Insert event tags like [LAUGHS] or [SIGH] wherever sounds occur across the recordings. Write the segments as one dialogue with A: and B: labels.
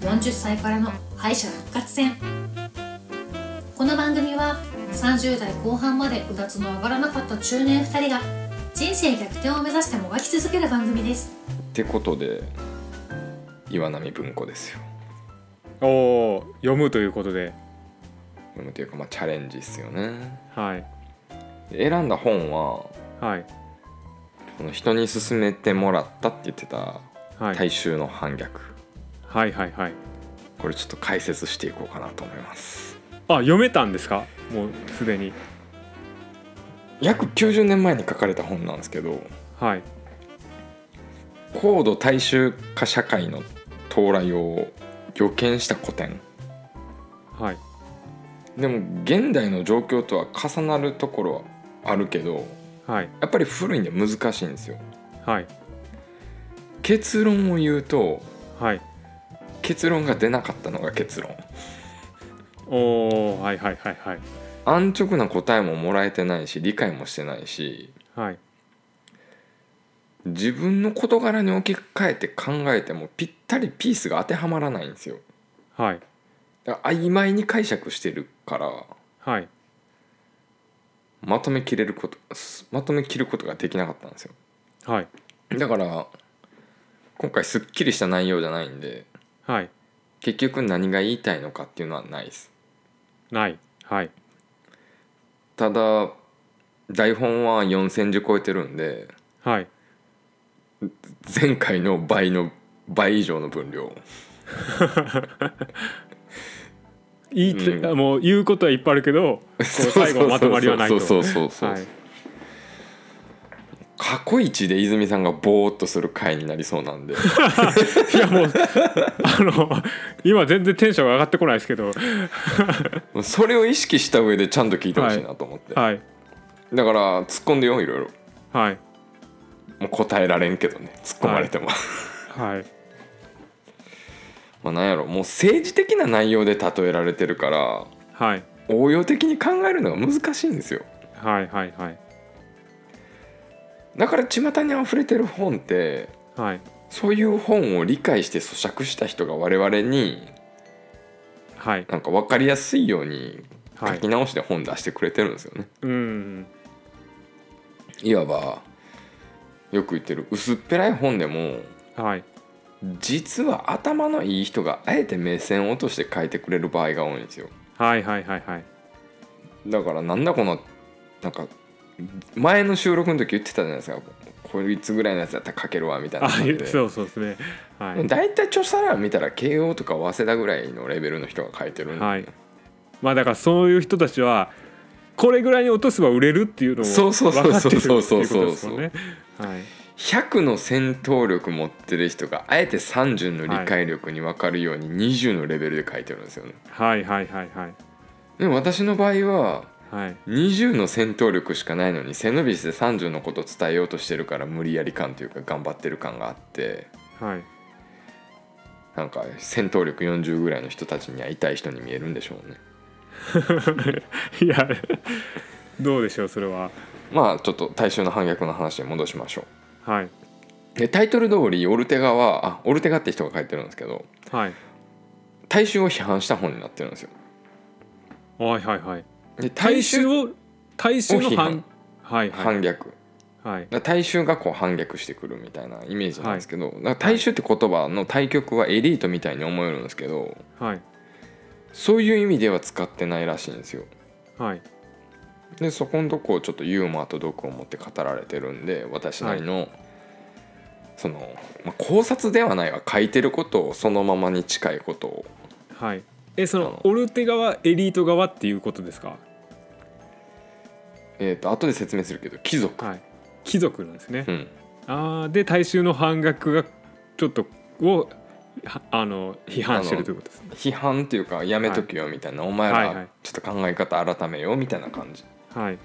A: 40歳からの敗者復活戦この番組は30代後半までうだつの上がらなかった中年2人が人生逆転を目指してもがき続ける番組です
B: ってことで岩波文庫ですよ
C: おお読むということで
B: 読むというかまあチャレンジっすよね
C: はい
B: 選んだ本は
C: はい
B: この人に勧めてもらったって言ってた
C: はい、
B: 大衆の反逆、
C: はいはいはい
B: これちょっと解説していこうかなと思います
C: あ読めたんですかもうすでに
B: 約90年前に書かれた本なんですけど
C: はい
B: 高度大衆化社会の到来を予見した古典
C: はい
B: でも現代の状況とは重なるところはあるけど
C: はい
B: やっぱり古いんで難しいんですよ
C: はい
B: 結論を言うと
C: はい
B: 結論が出なかったのが結論
C: おおはいはいはいはい
B: 安直な答えももらえてないし理解もしてないし
C: はい
B: 自分の事柄に置き換えて考えてもぴったりピースが当てはまらないんですよ
C: はい
B: だから曖昧に解釈してるから
C: はい
B: まとめきれることすまとめきることができなかったんですよ
C: はい
B: だから今回すっきりした内容じゃないんで
C: はい
B: 結局何が言いたいのかっていうのはないです
C: ないはい
B: ただ台本は4,000字超えてるんで
C: はい
B: 前回の倍の倍以上の分量
C: 言いて、
B: うん
C: あもう言うことはいっぱいある
B: [LAUGHS]
C: けどこう最後はまとまりはないと
B: そうそうそうそうそうそう、
C: はい
B: 過去一で泉さんがボーっとする回になりそう
C: [LAUGHS]
B: なんで
C: いやもう [LAUGHS] あの今全然テンションが上がってこないですけど
B: それを意識した上でちゃんと聞いてほしいなと思って、
C: はい
B: だから突っ込んでよいろいろ
C: はい
B: もう答えられんけどね突っ込まれても、
C: はい
B: まあなんやろもう政治的な内容で例えられてるから
C: はい
B: 応用的に考えるのが難しいんですよ
C: はいはいはい
B: だから巷に溢れてる本って
C: はい
B: そういう本を理解して咀嚼した人が我々に
C: はい
B: なんか分かりやすいように書
C: は
B: き
C: い
B: 直して本出してくれてるんですよね、
C: うん
B: い、わばよく言ってる薄っぺらい本でも
C: はい
B: 実は頭のいい人があえて目線を落として書いてくれる場合が多いんですよ
C: はいはいはいはい
B: だからなんだこのなんか前の収録の時言ってたじゃないですかこいつぐらいのやつだったら書けるわみたいな
C: あ
B: 感じで
C: そうそうですねはい、
B: 大体著者欄見たら慶応とか早稲田ぐらいのレベルの人が書いてるんで、
C: はい、まあだからそういう人たちはこれぐらいに落とせば売れるっていうのを
B: そうそう
C: 分
B: そう
C: かっ
B: そ
C: て
B: う
C: るっていうこと
B: そう
C: で
B: そう
C: すもんねはい
B: 100の戦闘力持ってる人があえて30の理解力に分かるように20のレベルで書いてるんですよね、
C: はいはいはいはい
B: でも私の場合は
C: はい
B: 20の戦闘力しかないのに背伸びして30のことを伝えようとしてるから無理やり感というか頑張ってる感があって
C: はい
B: なんか戦闘力40ぐらいの人たちには痛い人に見えるんでしょうね
C: いやどうでしょうそれは
B: まあちょっと大衆の反逆の話に戻しましょ
C: はいう
B: でタイトル通りオルテガはあオルテガって人が書いてるんですけど
C: はい
B: 大衆を批判した本になってるんですよ
C: はいはいはい
B: で大
C: 大
B: 衆
C: 衆を大衆の
B: を批判
C: 反はいはい
B: 反逆
C: はい
B: だから大衆がこう反逆してくるみたいなイメージなんですけど、だから大衆って言葉の対極はエリートみたいに思えるんですけど
C: はい
B: そういう意味では使ってないらしいんですよ
C: はい
B: でそこのとこをちょっとユーモアと毒を持って語られてるんで私なりの、その、まあ考察ではないが書いてることをそのままに近いことを
C: はいえそ
B: あの
C: のオルテ側エリート側っていうことですか
B: えー、と後で説明するけど貴族、
C: はい貴族なんですね
B: うん、
C: あーで大衆の反逆がちょっとをはあの批判してるということですね
B: 批判っていうかやめときよみたいな、お前
C: はいは
B: ら
C: い
B: ちょっと考え方改めようみたいな感じ、
C: はい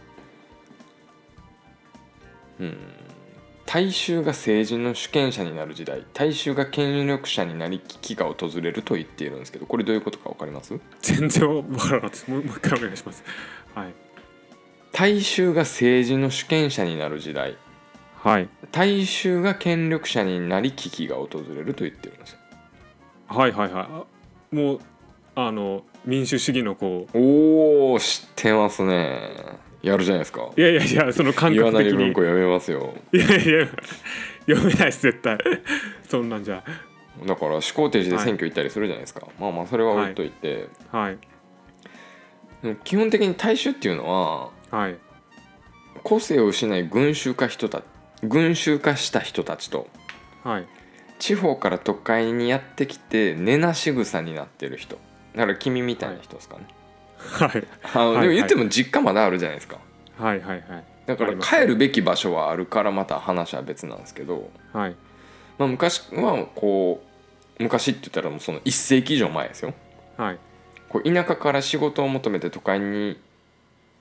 B: うん、大衆が政治の主権者になる時代大衆が権力者になり危機が訪れると言っているんですけどこれどういうことか分かります
C: 全然わからなかったですもうもう一回お願いしますはい
B: 大衆が政治の主権者になる時代
C: はい
B: 大衆が権力者になり危機が訪れると言ってるんですよ
C: はいはいはいあもあの民主主義のこ
B: おお知ってますねやるじゃないですか
C: ういやいやいやその感
B: 岩
C: 覚的
B: 成文
C: に
B: 庫やめますよ
C: いやいや読めないです絶対そんなんじゃ
B: だから始皇帝寺で選挙行ったりするじゃないですか、まあまあそれは置いといて、
C: はい
B: でも基本的に大衆っていうのは
C: はい
B: 個性を失い群衆化人た群衆化した人たちと
C: はい
B: 地方から都会にやってきて根なし草になってる人だから君みたいな人ですかね、
C: はい
B: あの
C: はい
B: でも言っても実家まだあるじゃないですか
C: はいはいはい
B: だか
C: あ
B: ら
C: りますね
B: 帰るべき場所はあるからまた話は別なんですけど、
C: はい
B: まあ、昔はこう昔って言ったらもうその1世紀以上前ですよ
C: はい
B: こう田舎から仕事を求めて都会に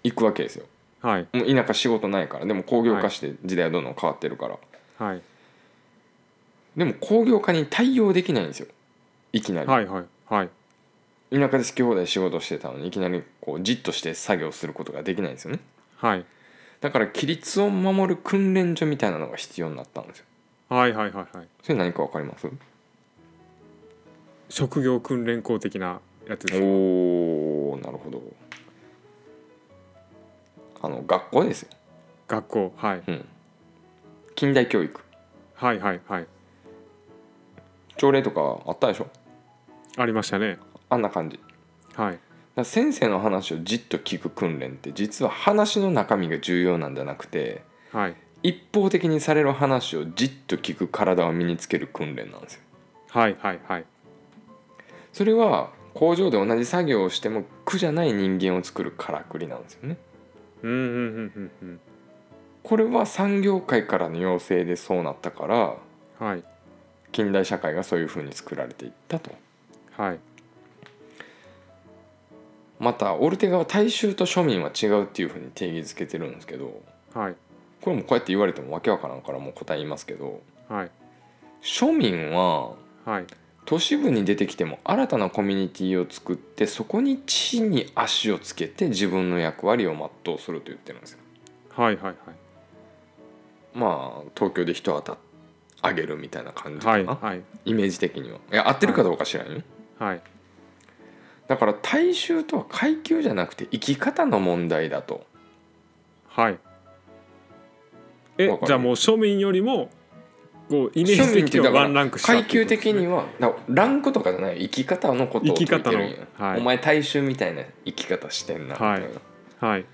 B: 行くわけですよ
C: はい
B: もう田舎仕事ないからでも工業化して時代はどんどん変わってるから、
C: はい
B: でも工業化に対応できないんですよいきなり、
C: はいはいはい
B: 田舎で好き放題仕事してたのにいきなりこうじっとして作業することができないんですよね
C: はい
B: だから規律を守る訓練所みたいなのが必要になったんですよ
C: はいはいはいはい
B: それ何か分かります
C: 職業訓練校的なやつですか
B: おーなるほどあの学校ですよ、
C: 学校はい
B: うん、近代教育
C: はいはいはい
B: 朝礼とかあったでしょ
C: ありましたね
B: あんな感じだか
C: はい
B: ら先生の話をじっと聞く訓練って実は話の中身が重要なんじゃなくて
C: はい
B: 一方的にされる話をじっと聞く体を身につける訓練なんですよ
C: はいはいはい
B: それは工場で同じ作業をしても苦じゃない人間を作るからくりなんですよね
C: うんうんうんうん
B: これは産業界からの要請でそうなったから
C: うんはい
B: 近代社会がそういうふうに作られていったと
C: はい
B: またオルテガは大衆と庶民は違うっていうふうに定義づけてるんですけど
C: はい
B: これもこうやって言われてもわけわからんからもう答え言いますけど
C: はい
B: 庶民は
C: はい
B: 都市部に出てきても新たなコミュニティを作ってそこに地に足をつけて自分の役割を全うすると言ってるんですよ。
C: はいはいはい
B: まあ東京で一旗あげるみたいな感じか
C: は
B: な、
C: いはい
B: イメージ的にはいや合ってるかどうか知らんよ、
C: はい
B: だから大衆とは階級じゃなくて生き方の問題だと
C: はいえ
B: わかる
C: じゃあもう庶民よりもこうイメー
B: 庶
C: ジ
B: 民っ
C: 的
B: て
C: に
B: だ
C: は
B: か
C: ワンラ
B: ら
C: ンク下っ
B: 階
C: てい
B: 級
C: うことです
B: 的
C: ね
B: にはだからランクとかじゃない生き方のことを
C: 生き
B: 言って
C: 方の
B: るんや、
C: はい
B: お前大衆みたいな生き方してんなみたいな、
C: はいはい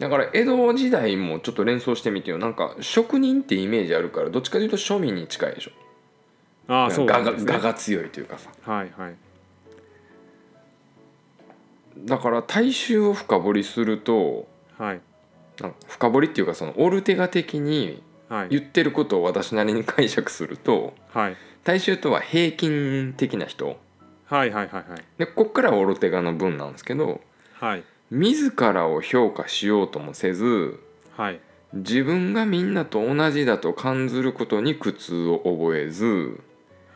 B: だから江戸時代もちょっと連想してみてよなんか職人ってイメージあるからどっちかというと庶民に近いでしょ
C: ああそう
B: 画
C: なん
B: が
C: ですね
B: 画が強いというかさ
C: はいはい
B: だから大衆を深掘りすると
C: はい
B: なんか深掘りっていうかそのオルテガ的に
C: はい
B: 言ってることを私なりに解釈すると
C: はい
B: 大衆とは平均的な人
C: はいはいはいはい
B: でこっからはオルテガの文なんですけど
C: はい
B: 自らを評価しようともせず
C: はい
B: 自分がみんなと同じだと感ずることに苦痛を覚えず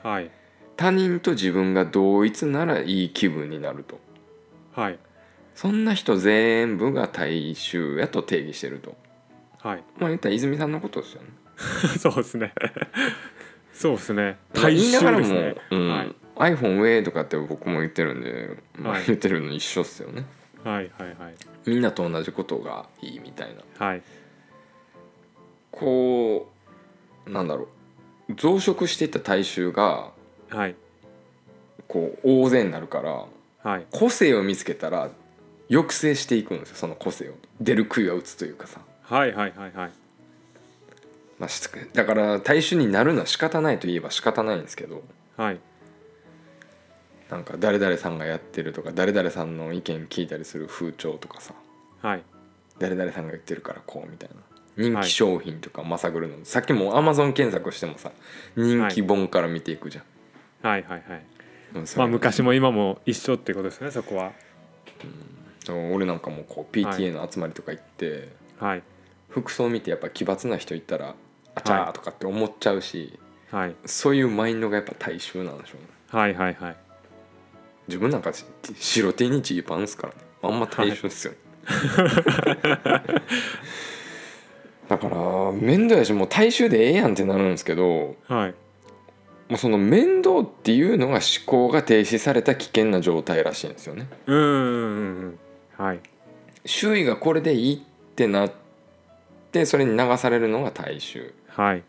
C: はい
B: 他人と自分が同一ならいい気分になると
C: はい
B: そんな人全部が大衆やと定義してると
C: はい
B: まあ言ったら泉さんのことですよね
C: [LAUGHS] そうですねそうですね
B: 大
C: 大
B: 衆
C: 衆
B: だから
C: で
B: も
C: すね
B: う、うん
C: はい
B: iPhone ウェイとかって僕も言ってるんで、まあ
C: はい
B: 言ってるの一緒っすよね
C: はいはいはい
B: みんなと同じことがいいみたいな
C: はい
B: こうなんだろう増殖していった大衆が
C: はい
B: こう大勢になるから
C: はい
B: 個性を見つけたら抑制していくんですよその個性を出る杭は打つというかさ、
C: はいはいはいはい
B: まあ、しつだから大衆になるのは仕方ないといえば仕方ないんですけど
C: はい
B: なんか誰々さんがやってるとか誰々さんの意見聞いたりする風潮とかさ
C: はい
B: 誰々さんが言ってるからこうみたいな人気商品とかまさぐるの、さっきもアマゾン検索してもさ人気本から見ていくじゃん、
C: はいはいはい
B: でもそれ
C: まあ昔も今も一緒っていうことですねそこは
B: 俺なんかもうこう PTA の集まりとか行って、
C: はい
B: 服装見てやっぱ奇抜な人いたらあちゃーとかって思っちゃうし、
C: はい
B: そういうマインドがやっぱ大衆なんでしょうね
C: はいはいはい
B: 自分なんかし白手にジーパンですからねあんま大衆ですよね、 [LAUGHS] だから面倒やしもう大衆でええやんってなるんですけど
C: はい
B: もうその面倒っていうのが思考が停止された危険な状態らしいんですよね。
C: うんうんうんはい
B: 周囲がこれでいいってなってそれに流されるのが大衆
C: はい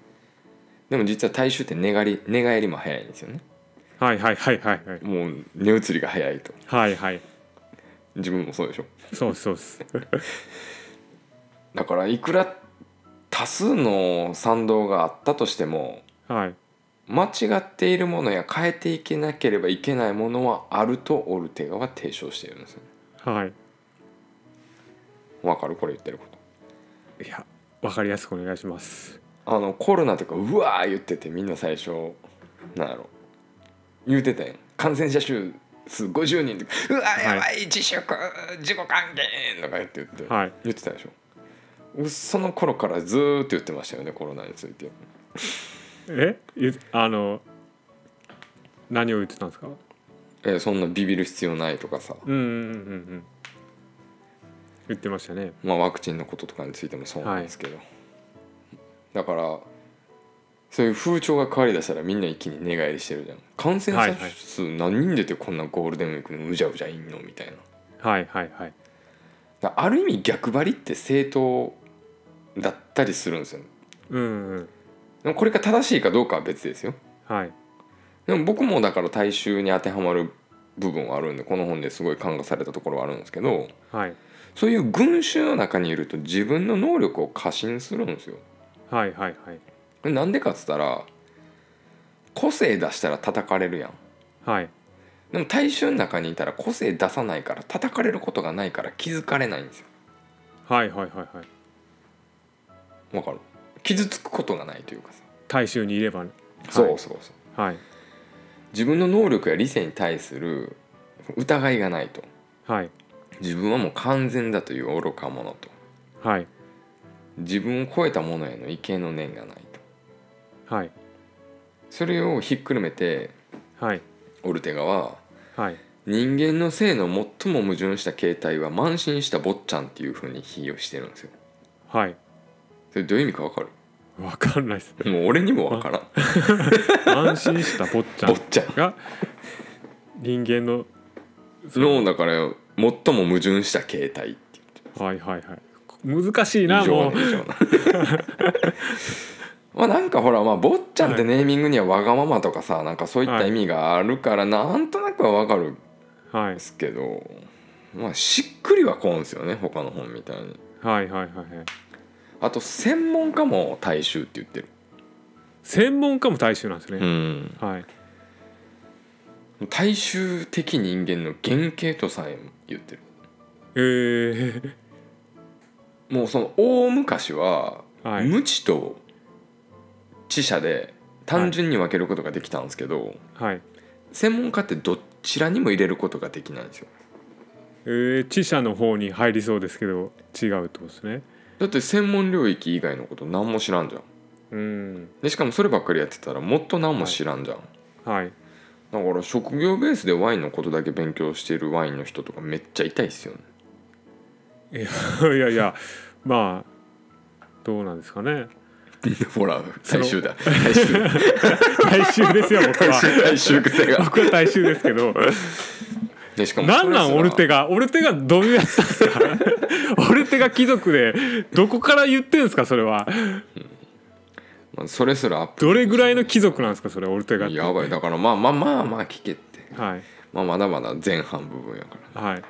B: でも実は大衆って寝返り寝返りも早いんですよね
C: はいはいはいはいはい
B: もう寝移りが早いと
C: はいはい
B: 自分もそうでしょ
C: そうそうっす
B: だからいくら多数の賛同があったとしても
C: はい
B: 間違っているものや変えていけなければいけないものはあるとオルテガは提唱しているんですよね
C: はい
B: わかるこれ言ってること
C: いやわかりやすくお願いします
B: あのコロナとかうわー言っててみんな最初なんやろ言うてたやん感染者数数50人とかうわーやばい、
C: は
B: 自粛自己還元とか言って言って、
C: はい
B: 言ってたでしょうその頃からずーっと言ってましたよねコロナについて
C: えゆあの何を言ってたんですか
B: えそんなビビる必要ないとかさ、
C: うんうんうんうんうん言ってましたね
B: まあ、ワクチンのこととかについてもそうなんですけど、だからそういう風潮が変わりだしたらみんな一気に寝返りしてるじゃん感染者数何人出てこんなゴールデンウィークにうじゃうじゃいんのみたいな
C: はいはいはい
B: だある意味逆張りって正当だったりするんですよ
C: うんうん
B: でもこれが正しいかどうかは別ですよ
C: はい
B: でも僕もだから大衆に当てはまる部分はあるんでこの本ですごい感化されたところはあるんですけど
C: はい
B: そういう群衆の中にいると自分の能力を過信するんですよ
C: はいはいはい
B: でなんでかっつったら個性出したら叩かれるやん
C: はい
B: でも大衆の中にいたら個性出さないから叩かれることがないから気づかれないんですよ
C: はいはいはいはい
B: わかる傷つくことがないというかさ、
C: 大衆にいればね
B: そうそうそう
C: はい
B: 自分の能力や理性に対する疑いがないと
C: はい
B: 自分はもう完全だという愚か者と
C: はい
B: 自分を超えたものへの畏敬の念がないと
C: はい
B: それをひっくるめて
C: はい
B: オルテガは
C: はい
B: 人間の性の最も矛盾した形態は慢心した坊ちゃんっていうふうに比喩してるんですよ
C: はい
B: それどういう意味かわかる
C: わかんないです
B: もう俺にもわからん
C: 安心した坊ちゃ
B: 坊
C: ん
B: ちゃん
C: が人間の
B: のだから最も矛盾した形態っていう
C: はいはいはい難しい
B: 異
C: な
B: 常
C: も
B: な異常な [LAUGHS] まあなんかほらまあ坊ちゃんってネーミングにはわがままとかさなんかそういった意味があるからなんとなくはわかるんで
C: うはい
B: すけどまあしっくりはこうんですよね他の本みたいに
C: はいはいはいはい
B: あと専門家も大衆って言ってる
C: 専門家も大衆なんです
B: う
C: ね、
B: ん
C: はい
B: 大衆的人間の原型とさえ言ってる
C: えー、
B: もうその大昔は
C: はい
B: 無知と知者で単純に分けることができたんですけど、
C: はい
B: 専門家ってどちらにも入れることができないんですよ
C: えー、知者の方に入りそうですけど違うってことですね
B: だって専門領域以外のこと何も知らんじゃん
C: うん
B: でしかもそればっかりやってたらもっと何も知らんじゃん、
C: はい [LAUGHS]
B: だから職業ベースでワインのことだけ勉強してるワインの人とかめっちゃ痛いっすよね
C: いやいやいやまあどうなんですかね
B: [LAUGHS] ほら
C: の
B: 大衆だ大衆
C: 大衆ですよ僕
B: 大衆
C: は
B: 大衆癖が
C: 僕は大衆ですけど
B: [LAUGHS] でしかも
C: なんなんオルテ
B: が
C: ガオルテガどういうやつなんですか [LAUGHS] オルテガ貴族でどこから言ってんですかそれは
B: それすらアップ
C: どれぐらいの貴族なんですかそれオルテガって
B: やばいだからまあまあまあまあ聞けって、
C: はい
B: まあ、まだまだ前半部分やから
C: はい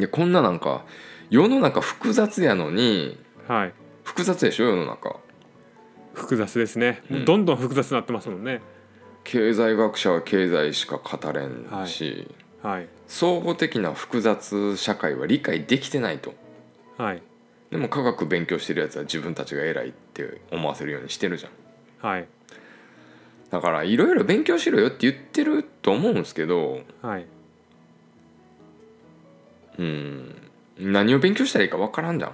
B: でこんななんか世の中複雑やのに
C: はい
B: 複雑でしょ世の中
C: 複雑ですね、
B: うん
C: どんどん複雑になってますもんね
B: 経済学者は経済しか語れんし、
C: はい
B: 総合的な複雑社会は理解できてないと
C: はい
B: でも科学勉強してるやつは自分たちが偉いって思わせるようにしてるじゃん
C: はい
B: だからいろいろ勉強しろよって言ってると思うんですけど
C: はい
B: うん何を勉強したらいいか分からんじゃん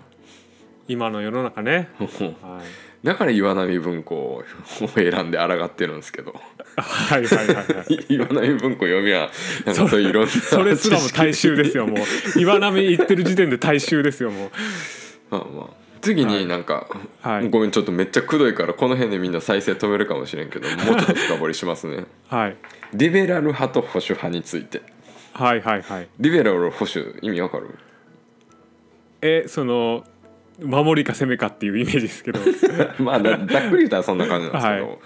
C: 今の世の中ねはい
B: だから岩波文庫を選んで抗ってるんですけ
C: [LAUGHS]
B: ど
C: はいはいはいはい
B: 岩波文庫読みはなんかそういういろんな
C: それすらも
B: 知識
C: 大衆ですよもう岩波行ってる時点で大衆ですよもう
B: まあま次になんか、
C: はい
B: ごめんちょっとめっちゃくどいからこの辺でみんな再生止めるかもしれんけどもうちょっと深掘りしますね
C: はい
B: リベラル派と保守派について
C: はいはいはい
B: リベラル保守意味わかる
C: えその守りか攻めかっていうイメージですけど
B: [LAUGHS] まあざざっくり言ったらそんな感じなんですけど、
C: はい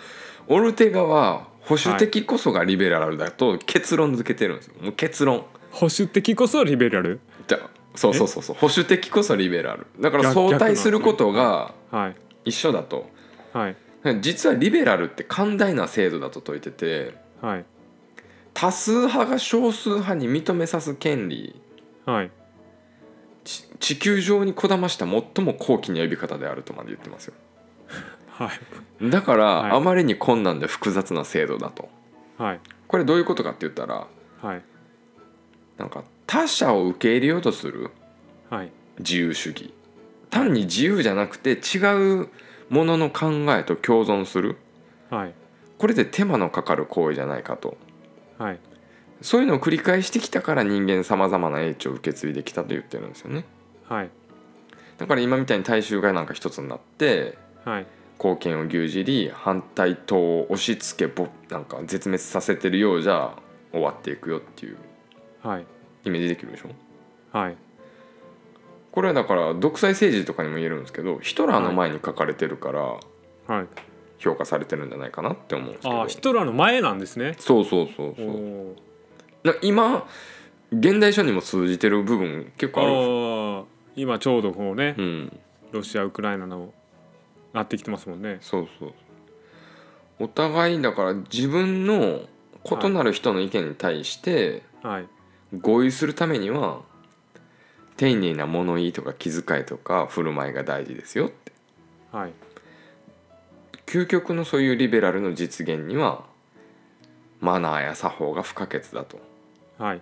B: オルテガは保守的こそがリベラルだと結論付けてるんですよもう結論
C: 保守的こそリベラル
B: じゃあそうそうそうそう保守的こそリベラルだから
C: 逆
B: 相
C: 逆なん
B: 対
C: ですね
B: することが
C: はい
B: 一緒だと
C: はい
B: 実はリベラルって寛大な制度だと説いてて
C: はい
B: 多数派が少数派に認めさす権利
C: はい
B: ち地球上にこだました最も高貴な呼び方であるとまで言ってますよ
C: はい
B: だから、
C: い
B: あまりに困難で複雑な制度だと
C: はい
B: これどういうことかって言ったら
C: はい
B: なんか他者を受け入れようとする
C: はい
B: 自由主義単に自由じゃなくて違うものの考えと共存する
C: はい
B: これで手間のかかる行為じゃないかと
C: はい
B: そういうのを繰り返してきたから人間さまざまな英知を受け継いできたと言ってるんですよね
C: はい
B: だから今みたいに大衆がなんか一つになって
C: はい
B: 貢献を牛耳り反対党を押し付けぼなんか絶滅させてるようじゃ終わっていくよっていう
C: はい
B: イメージできるでしょ
C: はい
B: これはだから独裁政治とかにも言えるんですけどヒトラーの前に書かれてるから
C: はい
B: 評価されてるんじゃないかなって思うんですけど、
C: ああヒトラーの前なんですね
B: そうそうそう
C: お
B: そう
C: お
B: な今現代書にも通じてる部分結構あるんで
C: ああ今ちょうどこうね
B: すようん
C: ロシアウクライナのなってきてますもんね
B: そうそうお互いだから自分の異なる人の意見に対して
C: はい
B: 合意するためには丁寧な物言いとか気遣いとか振る舞いが大事ですよって
C: はい
B: 究極のそういうリベラルの実現にはマナーや作法が不可欠だと
C: はい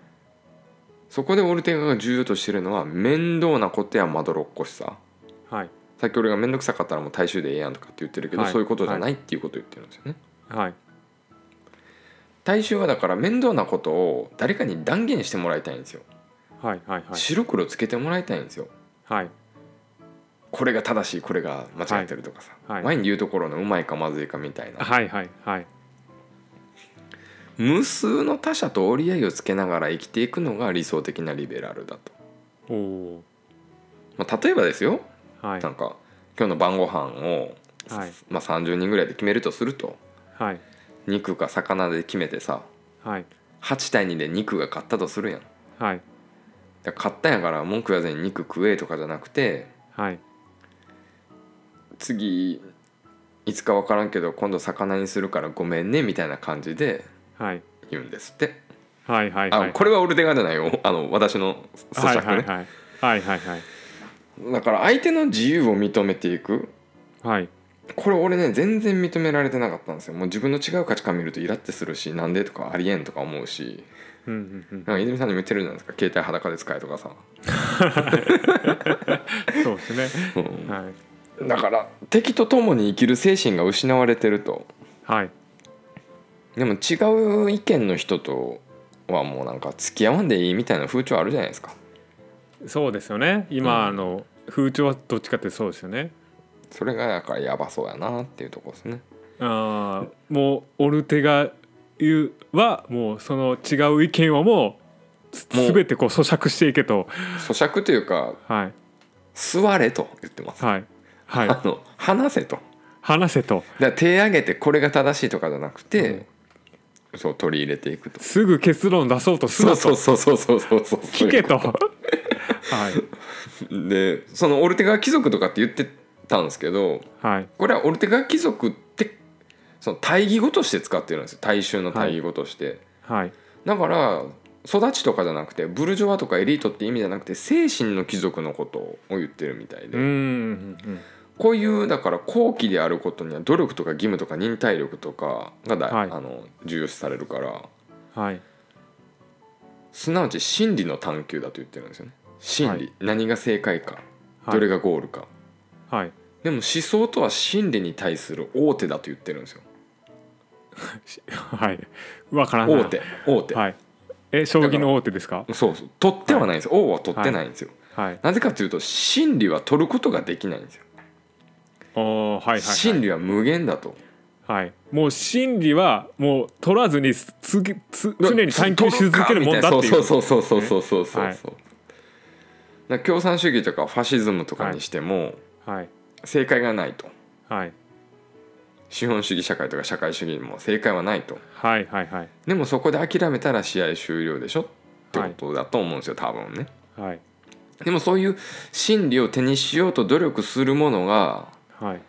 B: そこでオルテガが重要としてるのは面倒なことやまどろっこしさ
C: はい
B: さっき俺が面倒くさかったらもう大衆でええやんとかって言ってるけど、
C: はい
B: そういうことじゃないっていうことを言ってるんですよね、
C: はい
B: 大衆はだから面倒なことを誰かに断言してもらいたいんですよ、
C: はいはいはい
B: 白黒つけてもらいたいんですよ
C: はい
B: これが正しいこれが間違ってるとかさ、
C: はいはい
B: 前に言うところのうまいかまずいかみたいな、
C: はいはいはい
B: 無数の他者と折り合いをつけながら生きていくのが理想的なリベラルだと、
C: おお
B: まあ、例えばですよ、
C: はい
B: なんか今日の晩ご飯を、
C: はい
B: まあ、30人ぐらいで決めるとすると
C: はい
B: 肉か魚で決めてさ
C: はい
B: 8対2で肉が勝ったとするやん
C: はい
B: だから買ったんやから文句言わずに肉食えとかじゃなくて
C: はい
B: 次いつか分からんけど今度魚にするからごめんねみたいな感じで
C: はい
B: 言うんですって、
C: はいはいはい
B: あこれはオルテガじゃないよあの私の咀嚼ね、
C: はいはいはいはいはい
B: だから相手の自由を認めていく
C: はい
B: これ俺ね全然認められてなかったんですよもう自分の違う価値観見るとイラってするしなんでとかありえんとか思うし
C: うんうんう
B: な
C: ん
B: んか泉さんにも言ってるじゃないですか携帯裸で使えとかさ、
C: そうですね
B: うん
C: はい
B: だから敵と共に生きる精神が失われてると
C: はい
B: でも違う意見の人とはもうなんか付き合わんでいいみたいな風潮あるじゃないですか
C: そうですよね
B: うん
C: 今あの風潮はどっちかってそうですよね
B: それがだからやばそうやなっていうとこですね
C: あーもうオルテガいうはもうその違う意見をもうす
B: もう
C: 全てこう咀嚼していけと
B: 咀嚼というか
C: はい
B: 座れと言ってます、
C: はいはい
B: あの話せと
C: 話せと
B: だから手挙げてこれが正しいとかじゃなくて、そう取り入れていくと
C: すぐ結論出そうとすな
B: そう
C: と
B: そうそうそうそうそうそう
C: 聞けと
B: そう
C: [LAUGHS] は
B: いうことでそのオルテガ貴族とかって言ってたんですけど
C: いはい
B: これはオルテガ貴族ってその大義語として使ってるんですよ大衆の大義語として、
C: はい
B: だから育ちとかじゃなくてブルジョワとかエリートって意味じゃなくて精神の貴族のことを言ってるみたいうで、
C: んうんうん
B: こういうだから高貴であることには努力とか義務とか忍耐力とかがだ、
C: はい
B: あの重要視されるから
C: はい
B: すなわち真理の探求だと言ってるんですよね真理、
C: はい
B: 何が正解か
C: はい
B: どれがゴールか、
C: はい
B: でも思想とは真理に対する大手だと言ってるんですよ
C: はいわからんな
B: 大手大手、
C: はいえ将棋の大手ですか
B: そうそう取ってはないんですよ、王は取ってないんですよ、
C: はい
B: なぜかというと真理は取ることができないんですよ、
C: あーはいはいはい
B: 真理は無限だと
C: はいもう真理はもう取らずにすつけつ常に探求し続けるもんだっていう
B: そうそうそうそうそうそうそうそう、
C: はい
B: だから共産主義とかファシズムとかにしても
C: はい
B: 正解がないと
C: はい
B: 資本主義社会とか社会主義にも正解はないと
C: はいはいはい
B: でもそこで諦めたら試合終了でしょってことだと思うんですよ多分ね
C: はい
B: でもそういう真理を手にしようと努力するものが
C: はい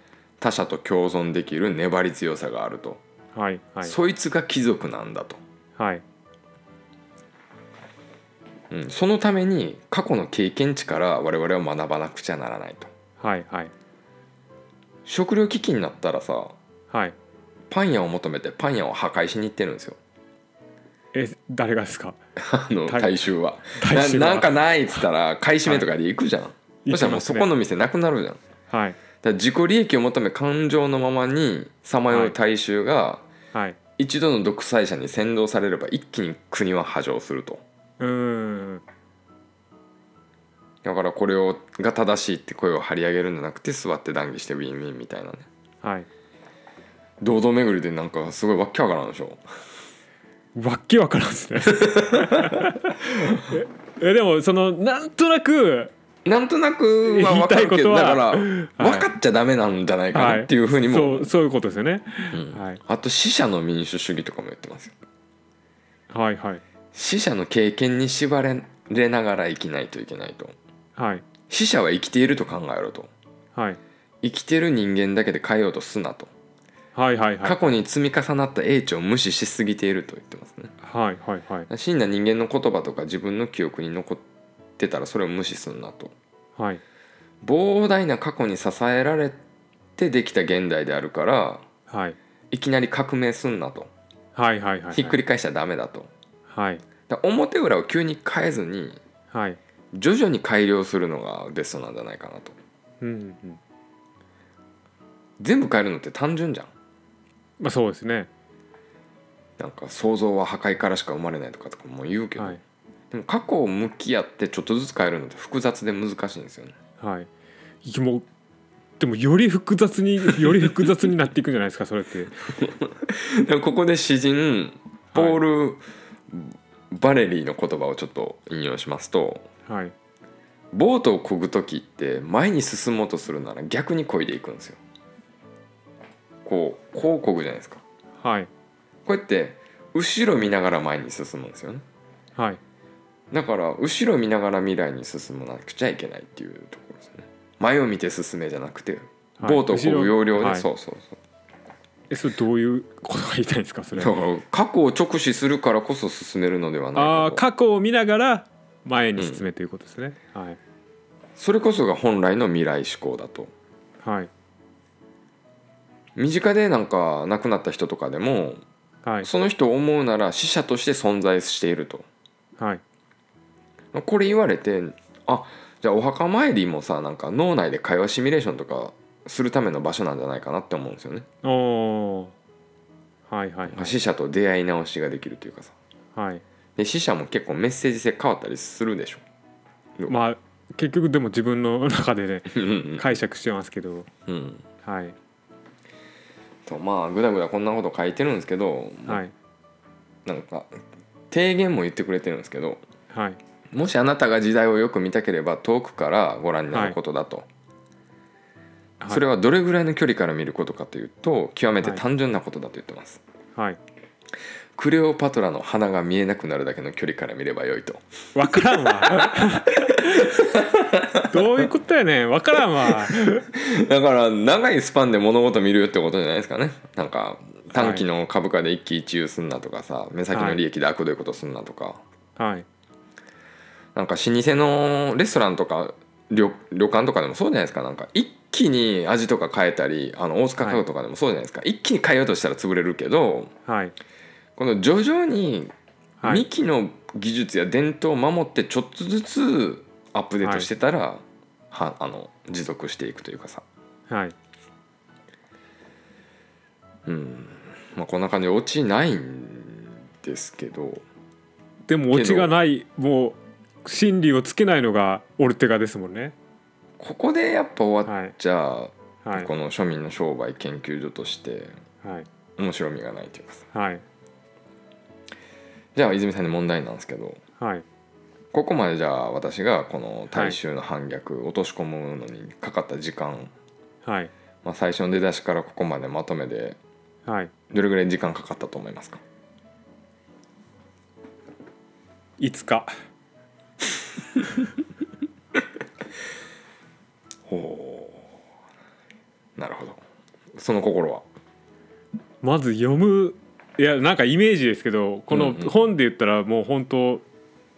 B: 他者と共存できる粘り強さがあると、
C: はいはい
B: そいつが貴族なんだと、
C: はい
B: うん、そのために過去の経験値から我々は学ばなくちゃならないと
C: はいはい
B: 食糧危機になったらさ
C: はい
B: パン屋を求めてパン屋を破壊しに行ってるんですよ [LAUGHS]
C: え誰がですか
B: あの
C: 大
B: 大衆は
C: 大衆は
B: ななんかないっつったら買い占めとかで行くじゃん、
C: い
B: そしたらもう
C: 行きます
B: そ
C: ね
B: この店なくなるじゃんだか
C: はい
B: ら自己利益を求め感情のままにさまよう大衆が、
C: はい
B: 一度の独裁者に扇動されれば一気に国は破綻すると
C: うーん
B: だからこれをが正しいって声を張り上げるんじゃなくて座って談義してウィンウィンみたいなね
C: はい
B: 堂々巡りでなんかすごいわっけわからんでしょ
C: わっけわからん
B: [LAUGHS]
C: ですねええでもそのなんとなく
B: なんとなくは分かるけど
C: 言い
B: だ
C: た
B: から
C: いことは
B: 分
C: はい
B: かっちゃダメなんじゃないか
C: は
B: なっていうふうにも、
C: そうそういうことですよね、
B: うん
C: はい
B: あと死者の民主主義とかも言ってますよ
C: はいはい
B: 死者の経験に縛られながら生きないといけないと
C: はい
B: 死者は生きていると考えろと
C: はい
B: 生きてる人間だけで変えようとすなと
C: はいはいはい
B: 過去に積み重なった英知を無視しすぎていると言ってますね
C: はいはいはい
B: 死んだ人間の言葉とか自分の記憶に残ってたらそれを無視すんなと
C: はい
B: 膨大な過去に支えられてできた現代であるから
C: はい
B: いきなり革命すんなと
C: はいはいはい
B: ひっくり返しちゃダメだと
C: はい
B: だから表裏を急に変えずに
C: はい
B: 徐々に改良するのがベストなんじゃないかなと
C: うんうんうん
B: 全部変えるのって単純じゃん
C: まあそうですね
B: なんか想像は破壊からしか生まれないとかとかも言うけど、
C: はい
B: でも過去を向き合ってちょっとずつ変えるのって複雑で難しいんですよね
C: はいいやもうでもより複雑に [LAUGHS] より複雑になっていくんじゃないですかそれって
B: だからここで詩人ポール・バレリーの言葉をちょっと引用しますと
C: はい
B: ボートを漕ぐ時って前に進もうとするなら逆に漕いでいくんですよこうこう漕ぐじゃないですか
C: はい
B: こうやって後ろ見ながら前に進むんですよね
C: はい
B: だから後ろ見ながら未来に進まなくちゃいけないっていうところですよね前を見て進めじゃなくて
C: はい
B: ボートを漕ぐ要領で、
C: はい
B: そうそうそう
C: えそれどういうことが言いたいんですかそれ
B: だから過去を直視するからこそ進めるのではない
C: あ
B: か
C: あ
B: と
C: 過去を見ながら前に進めということですね、はい
B: それこそが本来の未来志向だと
C: はい
B: 身近でなんか亡くなった人とかでも
C: はい
B: その人を思うなら死者として存在していると
C: はい
B: これ言われてあじゃあお墓参りもさなんか脳内で会話シミュレーションとかするための場所なんじゃないかなって思うんですよね
C: おおはいはい
B: 死者と出会い直しができるというかさ
C: はい
B: で死者も結構メッセージ性変わったりするでしょ
C: まあ結局でも自分の中でね
B: うんうん
C: 解釈してますけど
B: うん
C: はい
B: とまあぐだぐだこんなこと書いてるんですけど、
C: はい
B: なんか提言も言ってくれてるんですけど
C: はい
B: もしあなたが時代をよく見たければ遠くからご覧になることだと、
C: はい
B: それはどれぐらいの距離から見ることかというと極めて単純なことだと言ってます、
C: はい
B: クレオパトラの鼻が見えなくなるだけの距離から見ればよいと
C: わからんわ
B: [LAUGHS]
C: どういうことやねんわからんわ
B: だから長いスパンで物事見るよってことじゃないですかねなんか短期の株価で一喜一憂すんなとかさ目先の利益で悪どいことすんなとか、
C: はい
B: なんか老舗のレストランとか旅旅館とかでもそうじゃないですかなんか一気に味とか変えたりあの大塚家具とかでもそうじゃないですか、一気に変えようとしたら潰れるけど
C: はい
B: この徐々に
C: はい
B: 幹の技術や伝統を守ってちょっとずつアップデートしてたら、はあの持続していくというかさ、
C: はい
B: うんまあ、こんな感じで落ちないんですけど
C: でもオチがないもう心理をつけないのがオルテガですもんね
B: ここでやっぱ終わっちゃ、
C: はい
B: この庶民の商売研究所として
C: はい
B: 面白みがないというかさ
C: はい
B: じゃあ泉さんに問題なんですけど
C: はい
B: ここまでじゃあ私がこの大衆の反逆、落とし込むのにかかった時間、
C: はい
B: まあ、最初の出だしからここまでまとめで
C: はい
B: どれぐらい時間かかったと思いますか
C: いつか
B: ほうなるほどその心は
C: まず読むいやなんかイメージですけどこの
B: うんうん
C: 本で言ったらもう本当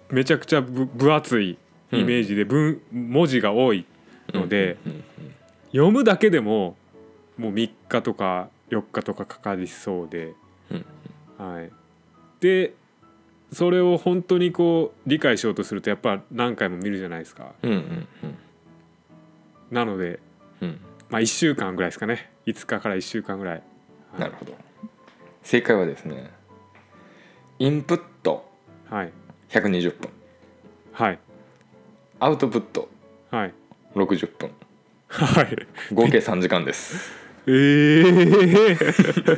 C: めちゃくちゃぶ分厚いイメージで文,、文字が多いので、
B: うん
C: 読むだけでももう3日とか4日とかかかりそうで、
B: うん
C: はい、でそれを本当にこう理解しようとするとやっぱ何回も見るじゃないですか
B: うんうんうん
C: なので、
B: うん
C: まあ、1週間ぐらいですかね5日から1週間ぐらい、はい
B: なるほど正解はですねインプット
C: はい
B: 120分
C: はい
B: アウトプット
C: はい
B: 60分
C: はい [LAUGHS]
B: 合計3時間です
C: ええ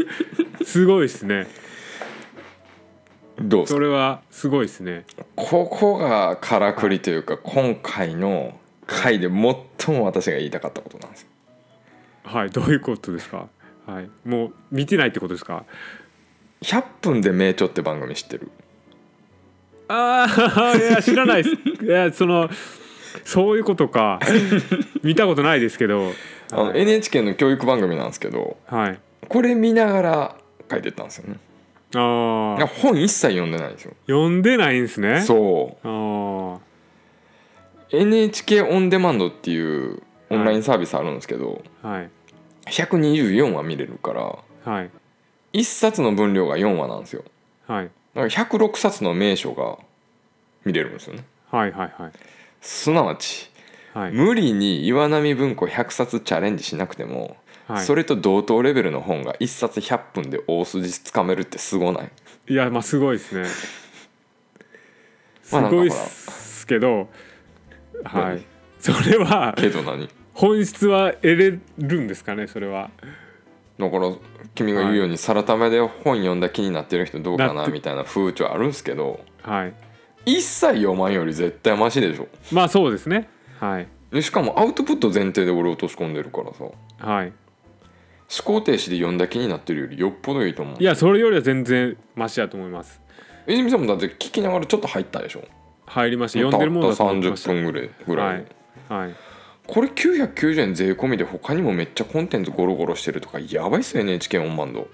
C: [LAUGHS] すごいですね
B: どうです
C: そ
B: か
C: れはすごいですね
B: ここがからくりというか今回の回で最も私が言いたかったことなんです
C: はいどういうことですかはいもう見てないってことですか
B: 100分で名著って番組知ってる
C: ああいや知らな
B: [LAUGHS]
C: いですいやそのそういうことか見たことないですけど
B: あの NHK の教育番組なんですけど
C: はい
B: これ見ながら書いてったんですよね
C: ああ
B: 本一切読んでないんですよ
C: 読んでないんですねう
B: そう
C: ああは
B: NHK オンデマンドっていうオンラインサービスあるんですけど、
C: い
B: 124話見れるから
C: はい
B: 1冊の分量が4話なんですよ
C: はい
B: だから106冊の名所が見れるんですよね
C: はいはいはい
B: すなわち
C: はい
B: 無理に岩波文庫100冊チャレンジしなくても、
C: はい
B: それと同等レベルの本が1冊100分で大筋つかめるってすご
C: [LAUGHS]
B: ない
C: いやまあすごいですね。
B: [LAUGHS]
C: す
B: まあなんか
C: ごいっ
B: ほら
C: すけど、は
B: 何
C: い。それは
B: けど何
C: 本質は得れるんですかね？それは。
B: だから君が言うように「さらためで本読んだ気になってる人どうか
C: なっ
B: な」
C: て
B: みたいな風潮あるんですけど
C: はい。
B: 一切読まんより絶対マシでしょ
C: まあそうですね。はい
B: でしかもアウトプット前提で俺落とし込んでるからさ思
C: はい。
B: 考停止で読んだ気になってるよりよっぽどいいと思う
C: いやそれよりは全然マシだと思います。
B: 泉さんもだって聞きながらちょっと入ったでしょ
C: 入りました。読んでるものだと
B: たっ
C: 思
B: た
C: いまし
B: 30
C: た。
B: 分ぐらいぐらい、
C: はいはい。
B: これ990円税込みで他にもめっちゃコンテンツゴロゴロしてるとかやばいっすよ NHK オンバンド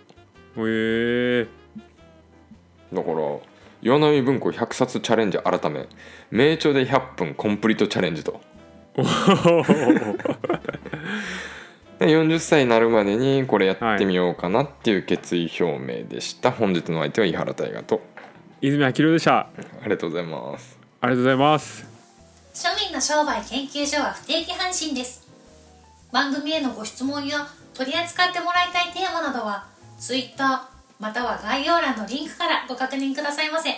C: えー、
B: だから岩波文庫100冊チャレンジ改め名著で100分コンプリートチャレンジとで40歳になるまでにこれやってみようかなっていう決意表明でした、本日の相手は井原大河と
C: 泉明宏でした。
B: ありがとうございます
C: ありがとうございます。
A: 庶民の商売研究所は不定期配信です番組へのご質問や取り扱ってもらいたいテーマなどは Twitter または概要欄のリンクからご確認くださいませ